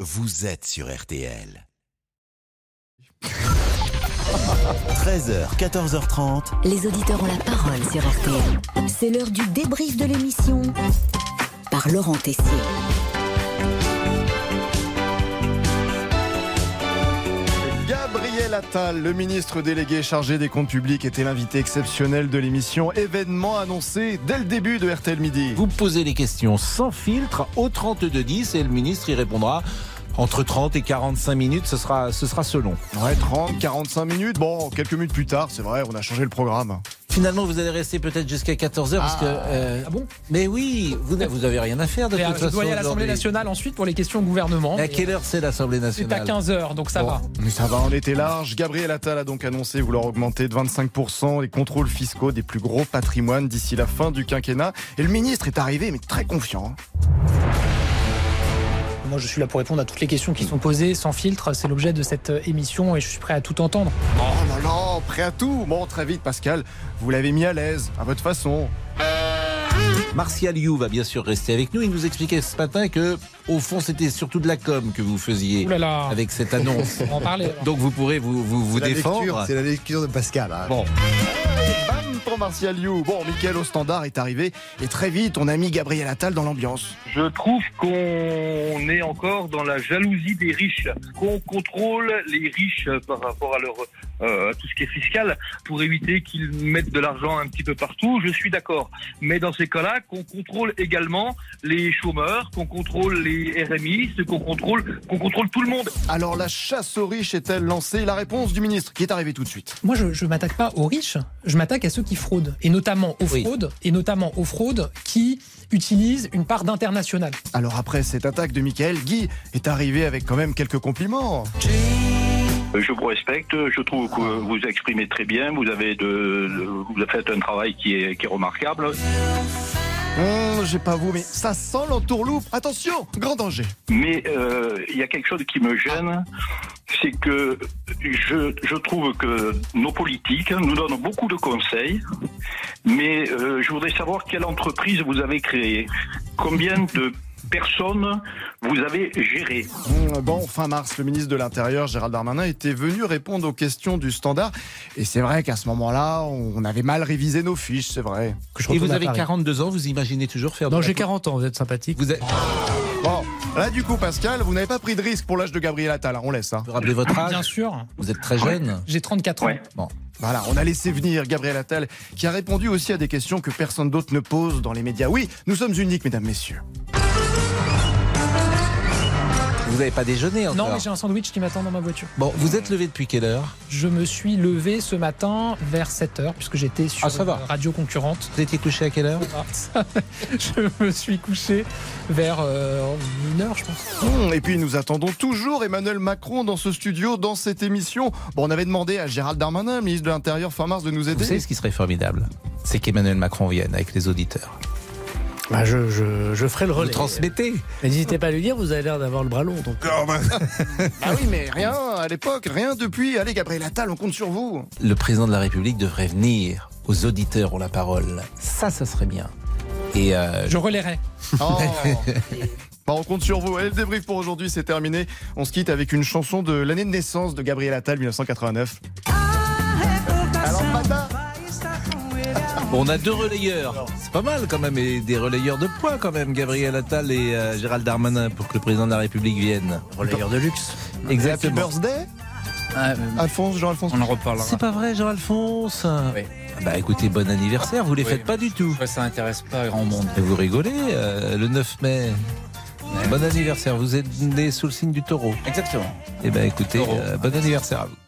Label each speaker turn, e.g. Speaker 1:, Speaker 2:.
Speaker 1: vous êtes sur RTL. 13h, 14h30.
Speaker 2: Les auditeurs ont la parole sur RTL. C'est l'heure du débrief de l'émission par Laurent Tessier.
Speaker 3: Gabriel Attal, le ministre délégué chargé des comptes publics, était l'invité exceptionnel de l'émission. Événement annoncé dès le début de RTL Midi.
Speaker 4: Vous posez les questions sans filtre au 3210 et le ministre y répondra. Entre 30 et 45 minutes, ce sera, ce sera selon.
Speaker 3: Ouais, 30, 45 minutes. Bon, quelques minutes plus tard, c'est vrai, on a changé le programme.
Speaker 4: Finalement, vous allez rester peut-être jusqu'à 14h parce que. euh,
Speaker 5: Ah bon
Speaker 4: mais oui, vous n'avez- vous avez rien à faire de
Speaker 5: Mais, euh,
Speaker 4: toute
Speaker 5: je
Speaker 4: façon.
Speaker 5: dois aller à l'Assemblée
Speaker 4: aujourd'hui.
Speaker 5: nationale ensuite pour les questions au gouvernement.
Speaker 4: Mais à
Speaker 5: mais
Speaker 4: quelle heure c'est l'Assemblée
Speaker 5: C'est à
Speaker 4: nationale
Speaker 5: 15h, donc ça
Speaker 4: Bon.
Speaker 5: va.
Speaker 3: Mais ça va, on était large. Gabriel Attal a donc annoncé vouloir augmenter de 25% les contrôles fiscaux des plus gros patrimoines d'ici la fin du quinquennat. Et le ministre est arrivé, mais très confiant. hein.
Speaker 5: Moi, je suis là pour répondre à toutes les questions qui sont posées sans filtre. C'est l'objet de cette euh, émission et je suis prêt à tout entendre.
Speaker 3: Oh là là, prêt à tout. Bon, très vite, Pascal, vous l'avez mis à l'aise, à votre façon.
Speaker 4: Martial You va bien sûr rester avec nous. Il nous expliquait ce matin que, au fond, c'était surtout de la com que vous faisiez
Speaker 5: Ouh là là,
Speaker 4: avec cette annonce.
Speaker 5: on va en parler. alors.
Speaker 4: Donc vous pourrez vous, vous, vous
Speaker 6: C'est la lecture,
Speaker 4: défendre.
Speaker 6: C'est la lecture de Pascal. hein.
Speaker 4: Bon,
Speaker 3: Bam pour Martial You. Bon, Michael au standard est arrivé et très vite on a mis Gabriel Attal dans l'ambiance.
Speaker 7: Je trouve qu'on est encore dans la jalousie des riches, qu'on contrôle les riches par rapport à leur euh, à tout ce qui est fiscal pour éviter qu'ils mettent de l'argent un petit peu partout. Je suis d'accord, mais dans ces cas-là, qu'on contrôle également les chômeurs, qu'on contrôle les RMI, ceux qu'on contrôle, qu'on contrôle tout le monde.
Speaker 3: Alors la chasse aux riches est-elle lancée La réponse du ministre qui est arrivé tout de suite.
Speaker 5: Moi, je ne m'attaque pas aux riches, je m'attaque à ceux qui fraudent, et notamment aux
Speaker 4: Oui.
Speaker 5: fraudes, et notamment aux fraudes qui utilisent une part d'international.
Speaker 3: Alors après cette attaque de Michael, Guy est arrivé avec quand même quelques compliments.
Speaker 8: Je vous respecte, je trouve que vous exprimez très bien, vous avez de, de- vous faites un travail qui est, qui est remarquable.
Speaker 3: Hum, J'ai pas vous, mais ça sent l'entourloupe. Attention, grand danger.
Speaker 8: Mais euh, il y a quelque chose qui me gêne, c'est que je, je trouve que nos politiques nous donnent beaucoup de conseils, mais euh, je voudrais savoir quelle entreprise vous avez créée, combien de personnes vous avez gérées.
Speaker 3: Hum, Bon, fin mars, le ministre de l'Intérieur, Gérald Darmanin, était venu répondre aux questions du standard. Et c'est vrai qu'à ce moment-là, on avait mal révisé nos fiches, c'est vrai.
Speaker 9: que je
Speaker 4: et
Speaker 9: retourne
Speaker 4: vous
Speaker 9: à
Speaker 4: avez
Speaker 9: Paris.
Speaker 4: 42 ans, vous imaginez toujours faire de
Speaker 9: Non,
Speaker 4: la
Speaker 9: j'ai
Speaker 4: com-
Speaker 9: 40 ans, vous êtes sympathique.
Speaker 4: Vous, avez-
Speaker 3: Bon, là du coup, Pascal, vous n'avez pas pris de risque pour l'âge de Gabriel Attal, hein, on laisse. hein.
Speaker 4: vous rappelez votre
Speaker 5: Bien
Speaker 4: âge
Speaker 5: sûr,
Speaker 4: Vous êtes
Speaker 5: Ah
Speaker 4: très jeune.
Speaker 5: j'ai 34 ans.
Speaker 8: Ouais.
Speaker 3: Voilà, on a laissé venir Gabriel Attal, qui a répondu aussi à des questions que personne d'autre ne pose dans les médias. Oui, nous sommes uniques, mesdames, messieurs.
Speaker 4: Vous n'avez pas déjeuné encore
Speaker 5: Non, mais j'ai un sandwich qui m'attend dans ma voiture.
Speaker 4: Bon, vous êtes levé depuis quelle heure
Speaker 5: Je me suis levé ce matin vers 7h, puisque j'étais sur
Speaker 4: Ah, ça
Speaker 5: une
Speaker 4: va.
Speaker 5: radio concurrente.
Speaker 4: Vous étiez couché à quelle heure
Speaker 5: Ah, ça, je me suis couché vers euh, une heure, je pense.
Speaker 3: Hum, Et puis nous attendons toujours Emmanuel Macron dans ce studio, dans cette émission. Bon, on avait demandé à Gérald Darmanin, ministre de l'Intérieur, fin mars, de nous
Speaker 4: Vous savez
Speaker 3: aider.
Speaker 4: ce qui serait formidable C'est qu'Emmanuel Macron vienne avec les auditeurs.
Speaker 9: Bah, je, je, je ferai le
Speaker 4: Vous
Speaker 9: relais.
Speaker 4: transmettez
Speaker 9: Mais N'hésitez pas à lui dire, vous avez l'air d'avoir le bras long. Donc,
Speaker 3: Ah oui, mais rien à l'époque, rien depuis. Allez, Gabriel Attal, on compte sur vous.
Speaker 4: Le président de la République devrait venir aux auditeurs ont la parole. Ça, ça serait bien. Et euh,
Speaker 5: Je relayerai.
Speaker 3: Oh. Bah, on compte sur vous. Allez, le débrief pour aujourd'hui, c'est terminé. On se quitte avec une chanson de l'année de naissance de Gabriel Attal, 1989. Alors, Pata,
Speaker 4: on a deux relayeurs. C'est pas mal quand même, et des relayeurs de poids quand même, Gabriel Attal et euh, Gérald Darmanin, pour que le président de la République vienne.
Speaker 9: relayeur de luxe.
Speaker 3: Happy Birthday Alphonse, Jean-Alphonse
Speaker 10: On en reparlera.
Speaker 4: C'est pas vrai, Jean-Alphonse
Speaker 10: Oui.
Speaker 4: Bah écoutez, bon anniversaire, vous les
Speaker 10: Oui.
Speaker 4: faites pas du tout.
Speaker 10: Ouais, Ça intéresse pas grand monde.
Speaker 4: Mais vous rigolez, euh, le 9 mai. Bon anniversaire, vous êtes né sous le signe du taureau.
Speaker 10: Exactement.
Speaker 4: Eh ben écoutez,
Speaker 10: Taureau.
Speaker 4: euh, bon anniversaire à vous.